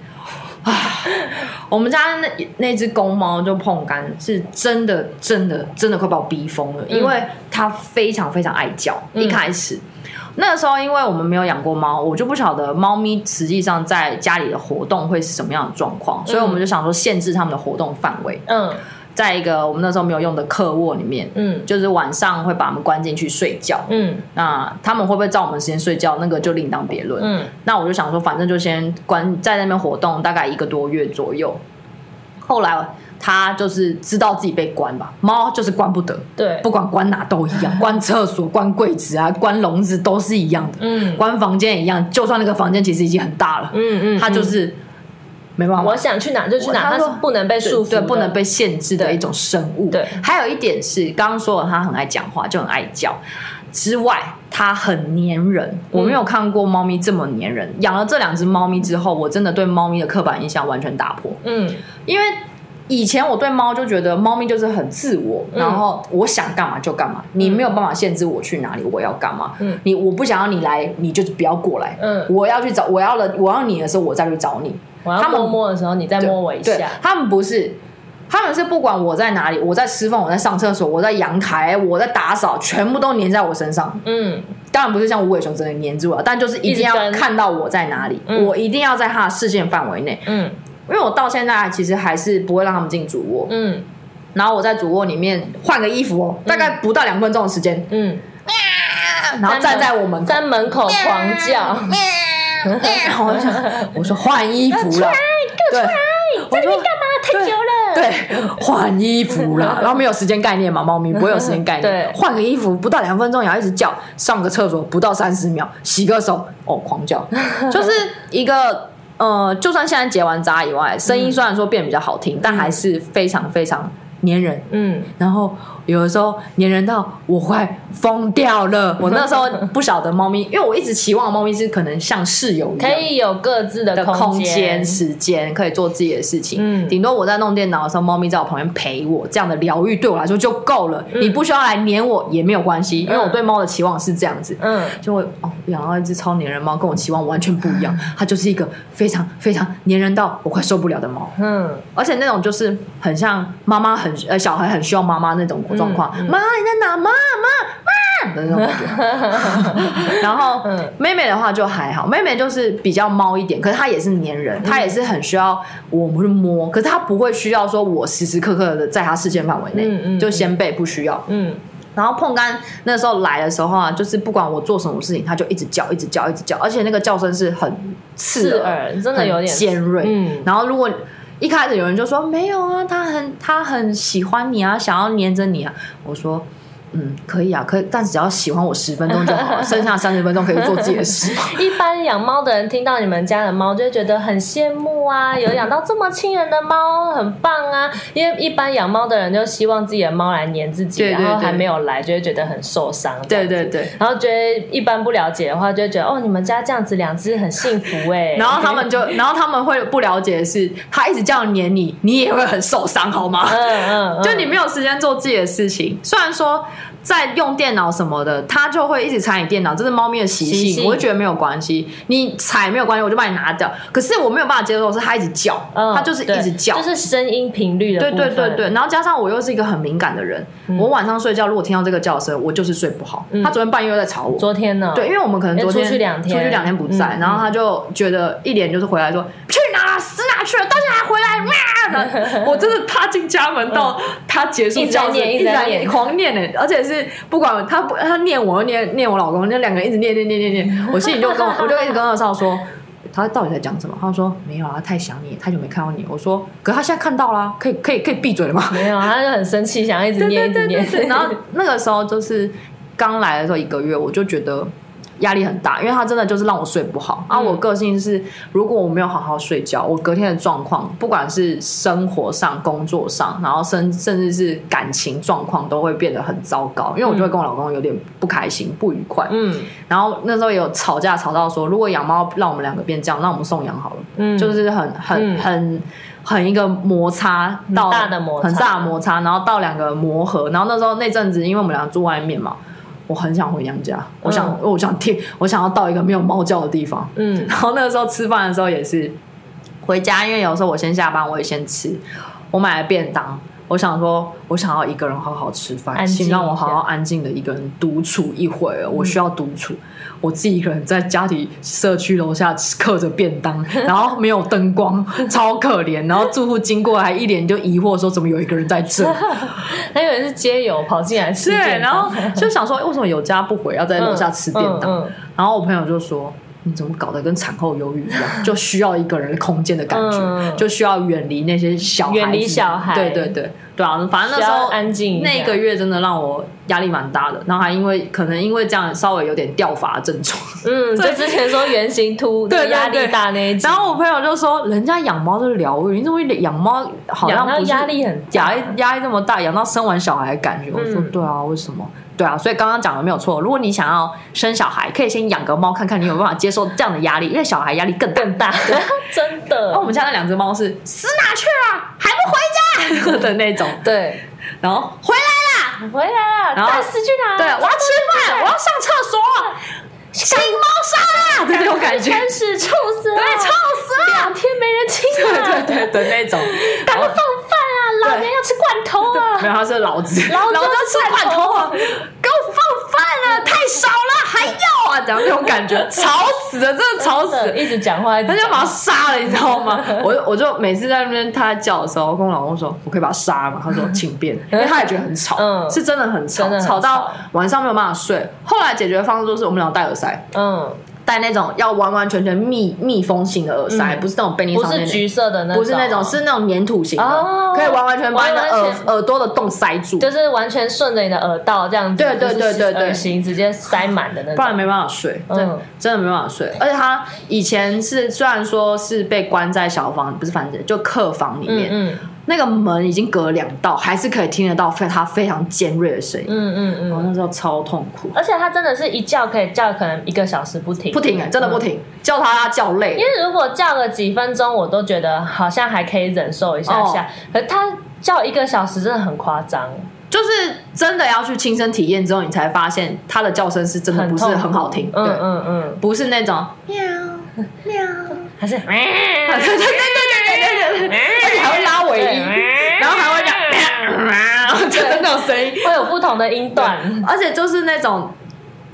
啊，我们家那那只公猫就碰干，是真的真的真的快把我逼疯了，
嗯
因为它非常非常爱叫。
嗯
一开始那个时候，因为我们没有养过猫，我就不晓得猫咪实际上在家里的活动会是什么样的状况，所以我们就想说限制它们的活动范围，
嗯
在一个我们那时候没有用的客卧里面，
嗯
就是晚上会把它们关进去睡觉。
嗯
那它们会不会照我们时间睡觉，那个就另当别论。
嗯，
那我就想说，反正就先关在那边活动大概一个多月左右。后来他就是知道自己被关吧，猫就是关不得，
对，
不管关哪都一样，关厕所、关柜子啊、关笼子都是一样的，
嗯
关房间也一样。就算那个房间其实已经很大了，
嗯嗯，
它就
嗯
是没办法
我想去哪就去哪，
啊他
它
说
是不能被束缚
对，
的，
不能被限制的一种生物。
对
还有一点是，刚刚说了，它很爱讲话，就很爱叫。之外，它很粘人，我没有看过猫咪这么粘人。养了这两只猫咪之后，我真的对猫咪的刻板印象完全打破，
嗯
因为。以前我对猫就觉得猫咪就是很自我，
嗯
然后我想干嘛就干嘛，你没有办法限制我去哪里，我要干嘛，
嗯
你我不想要你来，你就不要过来，
嗯，
我要去找我要了我要你的时候，我再去找你，
我要
他们
摸摸的时候，你再
对
摸我一
对
下，
他们不是，他们是不管我在哪里，我在吃饭，我在上厕所，我在阳台，我在打扫，全部都粘在我身上。
嗯
当然不是像无尾熊真的粘住了，但就是一定
一直
要
跟
看到我在哪里，
嗯
我一定要在他的视线范围内。
嗯
因为我到现在其实还是不会让他们进主卧，
嗯
然后我在主卧里面换个衣服哦，大概不到两分钟的时间，
嗯，
然后站在我门口，
在门口狂叫，
然后我就想我说换衣服了，对，我说
干嘛？太久了，
对，换衣服啦，然后没有时间概念嘛，猫咪不会有时间概念，
对
换个衣服不到两分钟也要一直叫，上个厕所不到三十秒，洗个手哦狂 叫，就是一个。呃，就算现在结完扎以外，声音虽然说变比较好听，但还是非常非常粘人。
嗯，
然后有的时候粘人到我快疯掉了。我那时候不晓得猫咪，因为我一直期望猫咪是可能像室友一样
可以有各自的
的空
间
间、。时间，可以做自己的事情。
嗯
顶多我在弄电脑的时候，猫咪在我旁边陪我，这样的疗愈对我来说就够了。你不需要来黏我也没有关系，因为我对猫的期望是这样子。
嗯，
就会哦，养到一只超粘人猫，跟我期望完全不一样。它就是一个非常非常粘人到我快受不了的猫。
嗯，
而且那种就是很像妈妈很呃小孩很需要妈妈那种状况，妈、你在哪？妈妈妈的那种感觉。然后、
嗯
妹妹的话就还好，妹妹就是比较猫一点，可是她也是粘人，她也是很需要我们去摸，可是她不会需要说我时时刻刻的在她视线范围内，
嗯嗯
就先辈不需要。
嗯，
然后碰干那时候来的时候啊，就是不管我做什么事情，它就一直叫，一直叫，一直叫，而且那个叫声是很刺
刺耳真的有点
很尖锐。
嗯
然后如果一开始有人就说没有啊，它很它很喜欢你啊，想要黏着你啊，我说。嗯，可以啊，可以，但只要喜欢我十分钟 就好，剩下三十分钟可以做自己的事。
一般养猫的人听到你们家的猫，就会觉得很羡慕啊，有养到这么亲人的猫，很棒啊。因为一般养猫的人就希望自己的猫来黏自己，
对对对
然后还没有来，就会觉得很受伤。
对对对，
然后觉得一般不了解的话，就会觉得哦，你们家这样子两只很幸福哎、
然后他们就，然后他们会不了解的是，他一直这样黏你，你也会很受伤，好吗？
嗯嗯，嗯
就你没有时间做自己的事情。虽然说在用电脑什么的，它就会一直踩你电脑，这是猫咪的习
习
性，
性
我就觉得没有关系。你踩没有关系，我就把你拿掉。可是我没有办法接受的是它一直叫，
嗯
它就是一直
对
叫
就。是声音频率的
对
部
对
分。嗯
对对，然后加上我又是一个很敏感的人，我晚上睡觉如果听到这个叫声，我就是睡不好。它昨天半夜又在吵我，
昨天呢？
对，因为我们可能昨天
出去两天
出去两天不在，
嗯
然后他就觉得一脸就是回来说去哪死哪去了，到现在还回来嘛！ 然后我真的踏进家门到他结束
一直在
教室，
念一
一
直
直
在
在
念
狂念呢，而且是不管他不他念我，又念念我老公，那两个人一直念念念念 念，我心里就跟我我就一直跟二少说。他到底在讲什么？他说没有啊，太想你，太久没看到你。我说，可他现在看到啦、可以可以可以闭嘴了吗？
没有，他就很生气，想要一直念一直念。
然后那个时候就是刚来的时候一个月，我就觉得压力很大，因为他真的就是让我睡不好。
嗯
啊，我个性是如果我没有好好睡觉，我隔天的状况，不管是生活上、工作上，然后甚甚至是感情状况，都会变得很糟糕。因为我就会跟我老公有点不开心、不愉快。
嗯
然后那时候也有吵架，吵到说，如果养猫让我们两个变这样，那我们送养好了。
嗯，
就是很
嗯
很很很一个摩擦到
很大的摩擦
很大的摩擦，然后到两个磨合，然后那时候那阵子，因为我们俩住外面嘛，我很想回娘家，我想、我想听，我想要到一个没有猫叫的地方。
嗯
然后那个时候吃饭的时候也是回家，因为有时候我先下班，我也先吃，我买了便当。我想说，我想要一个人好好吃
安
饭，
静
请让我
一下
好好安静的一个人独处一会儿。我需要独处，我自己一个人在家里社区楼下刻着便 当，然后没有灯光，超可怜。然后住户经过还一脸就疑惑说，怎么有一个人在这？
他以为是街友跑进来吃
对
便当，，
然后就想说，为什么有家不回，要在楼下吃便当？
嗯嗯
然后我朋友就说：“你怎么搞得跟产后忧郁一样？就需要一个人的空间的感觉，
嗯
就需要远离那些小孩子，
远离小孩
对对对，对啊，反正那时
需要
候
安静一下
那一个月真的让我压力蛮大的，然后还因为可能因为这样稍微有点掉发症状。
嗯，就之前说圆形凸，
对对对
压力大那一集
然，后我朋友就说：人家养猫就是疗愈，你怎么会养猫好像
养到
不是
压力很大
压力压力这么大，养到生完小孩的感觉。我说
嗯
对啊，为什么？对啊，所以刚刚讲的没有错。如果你想要生小孩，可以先养个猫，看看你有没有办法接受这样的压力，因为小孩压力更大。
更 大，哦真
然后我
的，
们家那两只猫是死哪去了，还不回家 的那种，
对，
然后回来啦，
回来了，
然后
但是去哪？
对我要吃饭，我要上厕所，新猫砂啦的那种感觉，
真是臭死了，
对，臭死了，
两天没人亲啊，
对对对的那种，
赶
然
快
后
放饭啊，老娘要吃罐头
没
啊，
有，他是老子，
老子
子吃罐头啊，给我放饭啊，太少了，还要啊，讲这种 感觉，吵死了，真的吵死
真的
了。
一直讲话，一直
他就
讲
把他杀了，你知道吗？我我就每次在那边他在叫的时候，我跟我老公说，我可以把他杀嘛。他说请 便，因为他也觉得很吵，
嗯
是真的很吵，
真的很
吵
吵
到晚上没有办法睡。后来解决方式就是我们俩戴耳塞，
嗯
戴那种要完完全全密密封型的耳塞，
嗯
不是那种贝尼
不
上
是
面
橘色的那种，
不是那种，是那种粘土型的，
哦
可以完完全把你的
完
耳
完全
耳朵的洞塞住，
就是完全顺着你的耳道这样子，
对对
就是
对对对
耳形直接塞满的那
不然
种。
没办法睡，
嗯
真的真的没办法睡。而且他以前是虽然说是被关在小房，不是房间，就客房里
嗯
面，
嗯
那个门已经隔两道，还是可以听得到非他非常尖锐的声音。
嗯嗯
我
嗯，
那时候超痛苦，
而且它真的是一叫可以叫可能一个小时不停，
不停哎、真的不停，叫他他叫累
嗯因。为如果叫个几分钟，我都觉得好像还可以忍受一下下，可是他叫一个小时真的很夸张，
就是真的要去亲身体验之后，你才发现它的叫声是真的不是
痛苦
很好听，
嗯
对，
嗯嗯，
不是那种，
还是
对对对对对对对，而且还会拉尾音，然后还会 讲，就是那种声音，
会有不同的音段，
而且就是那种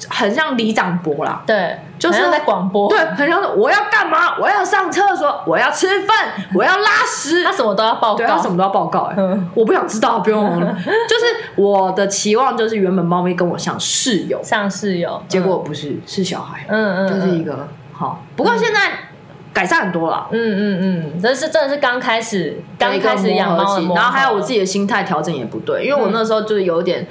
很像李长博啦，
对，
就是
好像在广播，
对，很像是我要干嘛，我要上厕所，我要吃 饭，我要拉屎
他，什么都要报
对他
告，
什么都要报告、欸，
嗯
我不想知道，不 用了。就是我的期望就是原本猫咪跟我像室友，
上室友，
结果不是，是小孩，
嗯，嗯嗯，
就是一个好。不过现在改善很多了。
嗯嗯嗯，这是真的是刚开始，刚
一个
开始养
磨
猫
合
的嗯
期
磨合
然后还有我自己的心态调整也不对，因为我那时候就是有点。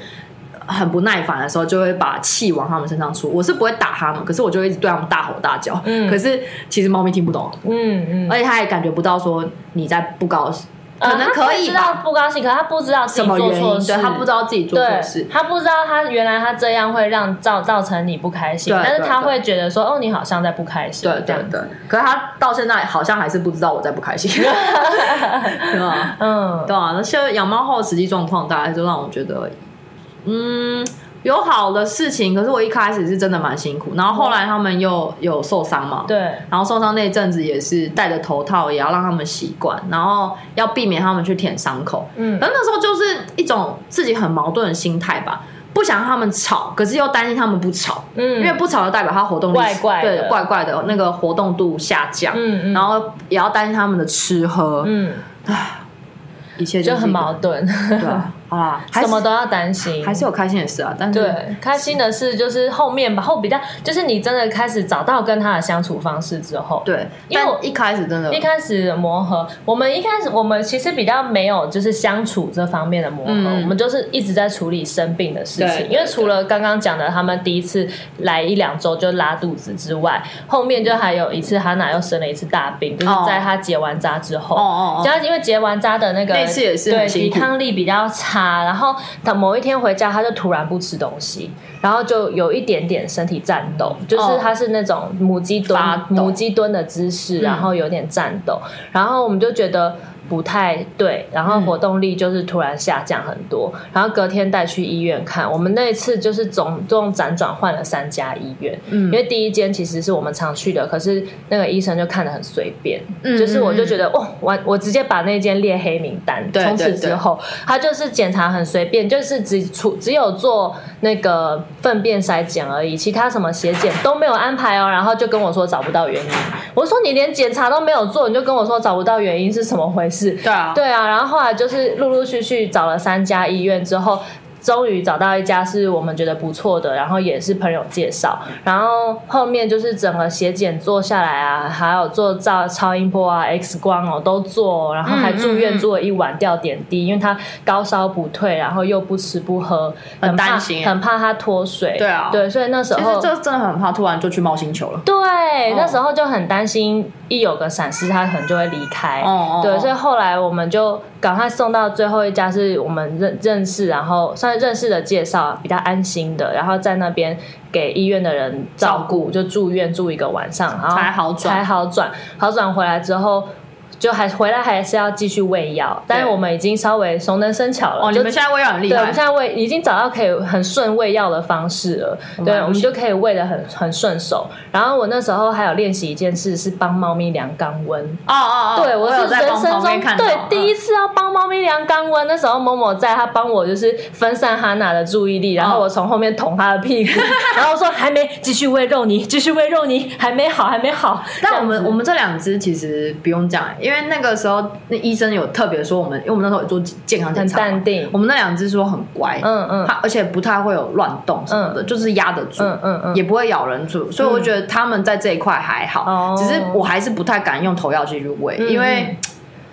很不耐烦的时候，就会把气往他们身上出。我是不会打他们，可是我就会一直对他们大吼大叫。
嗯
可是其实猫咪听不懂，
嗯嗯，
而且它也感觉不到说你在不高兴，可能
呃
可
他会
以
知道
吧？
不高兴，可他不知道自
什
己
么
做
原
错
因？
事，
对，它不知道自己做错事
对，。他不知道他原来他这样会让造造成你不开心，
对
但是
对
他
对
会觉得说，哦，你好像在不开心，
对
这
对
样
对，可是他到现在好像还是不知道我在不 开心， 对啊，
嗯，
对啊。那现在养猫后的实际状况，大概就让我觉得，嗯，有好的事情，可是我一开始是真的蛮辛苦，然后后来他们又有受伤嘛，
对，
然后受伤那一阵子也是戴着头套，也要让他们习惯，然后要避免他们去舔伤口。
嗯
可能那时候就是一种自己很矛盾的心态吧，不想让他们吵，可是又担心他们不吵，因为
嗯
不吵就代表它活动力
怪怪的
对怪怪的那个活动度下降，
嗯嗯
然后也要担心他们的吃喝，
嗯，
一切
就很矛
矛
盾，
对啊，好啦，还
嗯什
是
么都要担心，
还是有开心的事啊，但是
对，开心的是就是后面吧，后比较就是你真的开始找到跟他的相处方式之后，
对，
因为我
但一开始真的
一开始磨合，我们一开始我们其实比较没有就是相处这方面的磨合，
嗯
我们就是一直在处理生病的事
对
情。
对
因为除了刚刚讲的他们第一次来一两周就拉肚子之外，后面就还有一次哈娜又生了一次大病，就是
哦
在她结完扎之后。
哦哦哦，
然后因为结完扎的那个
那次也是很
对
辛
抵
苦
抗力比较差，然后他某一天回家，他就突然不吃东西，然后就有一点点身体颤抖，就是他是那种母鸡蹲
哦发抖嗯
母鸡蹲的姿势，然后有点颤抖，然后我们就觉得。不太对，然后活动力就是突然下降很多，然后隔天带去医院看。我们那一次就是总共辗转换了三家医院，
嗯
因为第一间其实是我们常去的，可是那个医生就看得很随便，
嗯
就是我就觉得哦，我我直接把那间列黑名单。
对
从此
对对
之后，他就是检查很随便，就是只除只有做那个粪便筛检而已，其他什么血检都没有安排哦。然后就跟我说找不到原因，我说你连检查都没有做，你就跟我说找不到原因是什么回事？
对啊，
对啊，然后后来就是陆陆续续找了三家医院之后，终于找到一家是我们觉得不错的，然后也是朋友介绍，然后后面就是整个血检做下来啊，还有做照超音波啊、X 光哦都做哦，然后还住
嗯嗯
院
嗯
住了一晚吊点滴，因为他高烧不退，然后又不吃不喝，
很
怕
担心啊
很怕他脱水，
对啊
对，所以那时
其
候
实这哦真的很怕突然就去冒星球了，
对，那时候就很担心，一有个闪失，他可能就会离开。
哦哦
对，
哦
所以后来我们就赶快送到最后一家，是我们认认识，然后算是认识的介绍，比较安心的，然后在那边给医院的人照顾，
照顾
就住院住一个晚上，然后
才好转
才好转，好转回来之后。就还回来还是要继续喂药，但是我们已经稍微熟能生巧了。
哦，你
就
们现在微软很厉
对，我们
害
现，在喂已经找到可以很顺喂药的方式了，对，
蛮不
我们就可以喂的很很顺手。然后我那时候还有练习一件事，是帮猫咪量肛温。
哦哦哦，
对，
我有
是
在
人
帮
生
旁边
中
看到
对第一
嗯
次要帮猫咪量肛温。那时候某某在，他帮我就是分散哈娜的注意力，然后
嗯
我从后面捅他的屁 股，然后我说还没继续喂肉泥，继续喂肉泥，还没好，还没好。
但
这
我
样
们
子
我们这两只其实不用讲、欸，因为那个时候那医生有特别说我们，因为我们那时候有做健康检
很
查嘛，
淡定
我。们那两只说很乖，
嗯嗯
它而且不太会有乱动什么的，就是压得住，
嗯嗯嗯，
也不会咬人住，所以我觉得他们在这一块还好，
哦
只是我还是不太敢用头药去入味，
嗯
因为，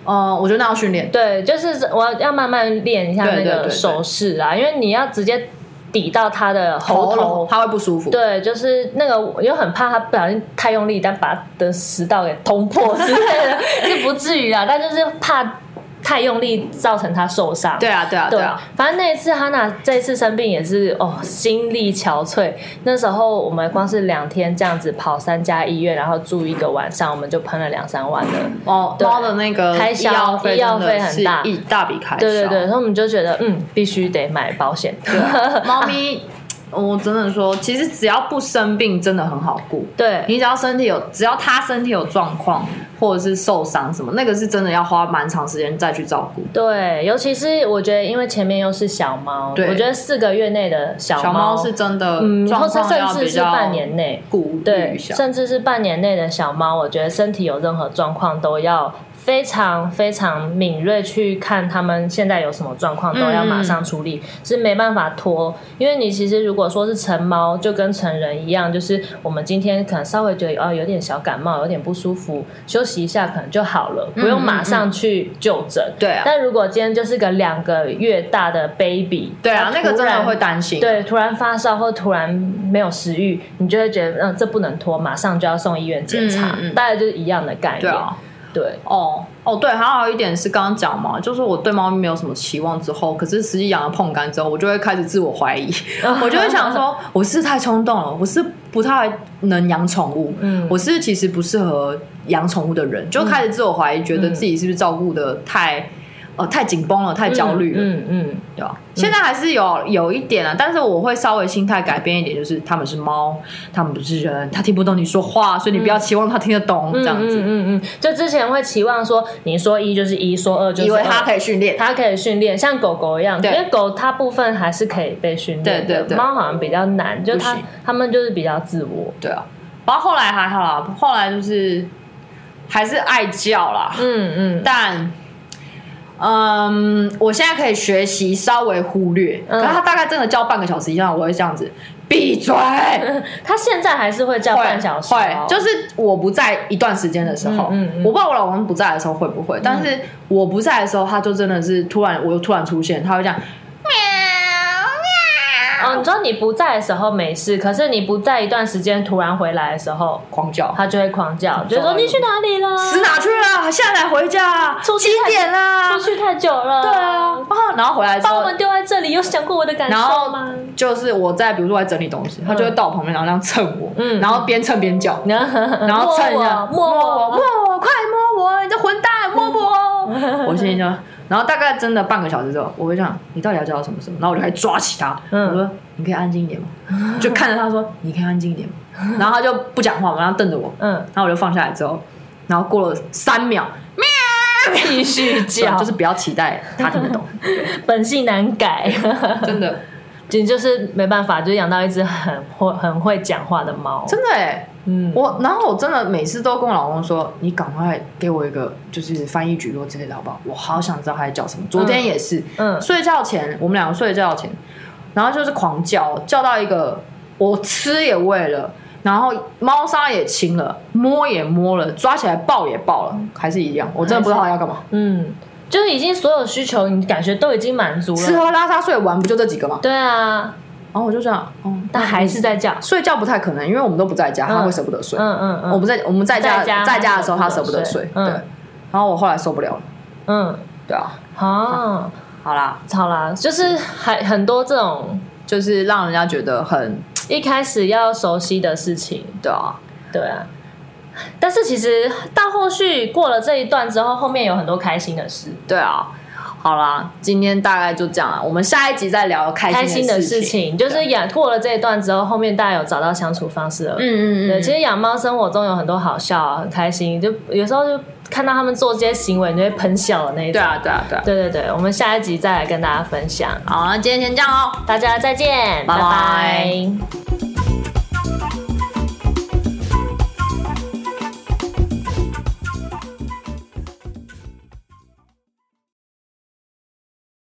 呃，我觉得那要训练，
对，就是我要慢慢练一下那
对对对
个
对
手势啊，因为你要直接抵到他的喉头
咙，它会不舒服，
对，就是那个，我又很怕他不小心太用力，但把他的食道给捅破之类的， 是不至于啦，啊但就是怕太用力造成他受伤。
对啊，对啊，对啊，
反正那一次哈娜这一次生病也是哦，心力憔悴。那时候我们光是两天这样子跑三家医院，然后住一个晚上，我们就喷了两三万了。
哦，
对
猫的那个
开销
医药
医药
真
费
的
很
是
大
一大笔开销，
对对对，然后我们就觉得嗯，必须得买保险。
对啊，猫咪，我真的说，其实只要不生病，真的很好顾。
对
你只要身体有，只要它身体有状况或者是受伤什么，那个是真的要花蛮长时间再去照顾。
对，尤其是我觉得，因为前面又是小猫，
对
我觉得四个月内的小
小猫是真的
嗯，然后
状
甚
况要
甚至
比
是
较
半年内，
顾虑
对，
一下。
甚至是半年内的小猫，我觉得身体有任何状况都要非常非常敏锐去看他们现在有什么状况，
嗯
都要马上处理，是没办法拖。因为你其实如果说是成猫，就跟成人一样，就是我们今天可能稍微觉得哦有点小感冒，有点不舒服，休息一下可能就好了，
嗯
不用马上去就诊。
对啊，
但如果今天就是个两个月大的 baby，
对啊，
它
那个真
突然
的会担心。
对，突然发烧或突然没有食欲，你就会觉得，嗯，这不能拖，马上就要送医院检查，
嗯嗯嗯
大概就是一样的概念。
对啊。
对
哦哦，对，还有一点是刚刚讲嘛，就是我对猫咪没有什么期望之后，可是实际养了碰干之后，我就会开始自我怀疑，我就会想说，我是太冲动了，我是不太能养宠物，
嗯
我是其实不适合养宠物的人，就开始自我怀疑，觉得自己是不是照顾的太、呃太紧绷了，太焦虑了，
嗯嗯
对吧？现在还是有有一点啊，但是我会稍微心态改变一点，就是它们是猫，它们不是人，它听不懂你说话，所以你不要期望它听得懂，
嗯，
这样子，
嗯嗯嗯，就之前会期望说，你说一就是一，说二就是
以
二，
为它可以训练。
它可以训练，像狗狗一样，因
对
为狗它部分还是可以被训练的，
对对对
猫好像比较难，就它
不行
它们就是比较自我。
对啊，然后后来还好啦，后来就是还是爱叫啦，
嗯嗯，
但嗯，我现在可以学习稍微忽略，
嗯
可是他大概真的叫半个小时以上，我会这样子闭嘴，
它现在还是会叫
会
半小时、
会
哦，，
就是我不在一段时间的时候，
嗯嗯嗯嗯
我不知道我老公不在的时候会不会，但是我不在的时候，他就真的是突然我又突然出现，他会这样。
哦，你说你不在的时候没事，可是你不在一段时间，突然回来的时候，
狂叫，
他就会狂叫，就说
走啊
你去哪里了？
死哪去了？现在才回家，
出去
几
太
点啦？
出去太久了。
啊对啊，啊，然后回来之
把我
后，
们丢在这里，有想过我的感
然
受
后
吗？
就是我在比如说我在整理东西，他就会到我旁边，然后那样蹭我，
嗯
然后边蹭边叫，
然后，然
然后蹭一下，
摸
我，
我，
摸我，快摸我，你这混蛋，摸我！我心里就，然后大概真的半个小时之后，我会想你到底要叫到什么时候？然后我就开始抓起他，
嗯
我说你可以安静一点吗？就看着他说你可以安静一点吗？然后他就不讲话嘛，然后瞪着我，
嗯，
然后我就放下来之后，然后过了三秒，
继续叫，
就是不要期待他听得懂，
本性难 改，
真的，
你就是没办法，就养到一只很会很会讲话的猫。
真的哎。
嗯，
我，然后我真的每次都跟我老公说，你赶快给我一个就是翻译举落之类的，好不好？我好想知道他在叫什么。昨天也是，
嗯
睡觉前我们两个睡觉前，然后就是狂叫，叫到一个我吃也喂了，然后猫砂也清了，摸也摸了，抓起来抱也抱了，还是一样，我真的不知道他要干嘛。
嗯，就是已经所有需求，你感觉都已经满足
吃
了。
喝拉撒睡玩不就这几个吗？
嗯对啊，
然后我就这样，哦，
但还是在叫。
睡觉不太可能，因为我们都不在家，他会舍不得睡。
嗯嗯嗯，
我们在我们在家
在家
在家的时候，
他
他
舍
舍
不
不
得
得
睡
睡，
嗯
对。然后我后来受不了了，
嗯，
对啊，
好，
好啦，
好啦，就是还很多这种
就是让人家觉得很
一开始要熟悉的事情，
对啊，
对啊。但是其实到后续过了这一段之后，后面有很多开心的事，
对啊，好啦，今天大概就这样了，我们下一集再聊
开
开
心
心
的
的
事
事
情就是养过了这一段之后，后面大家有找到相处方式了。
嗯嗯
对，
嗯，
其实养猫生活中有很多好笑啊，很开心，就有时候就看到他们做这些行为，你就会喷笑的那一种。
对啊对啊对啊，
对对对，我们下一集再来跟大家分享，
好，那今天先这样哦。
大家再见，
拜
拜
拜
拜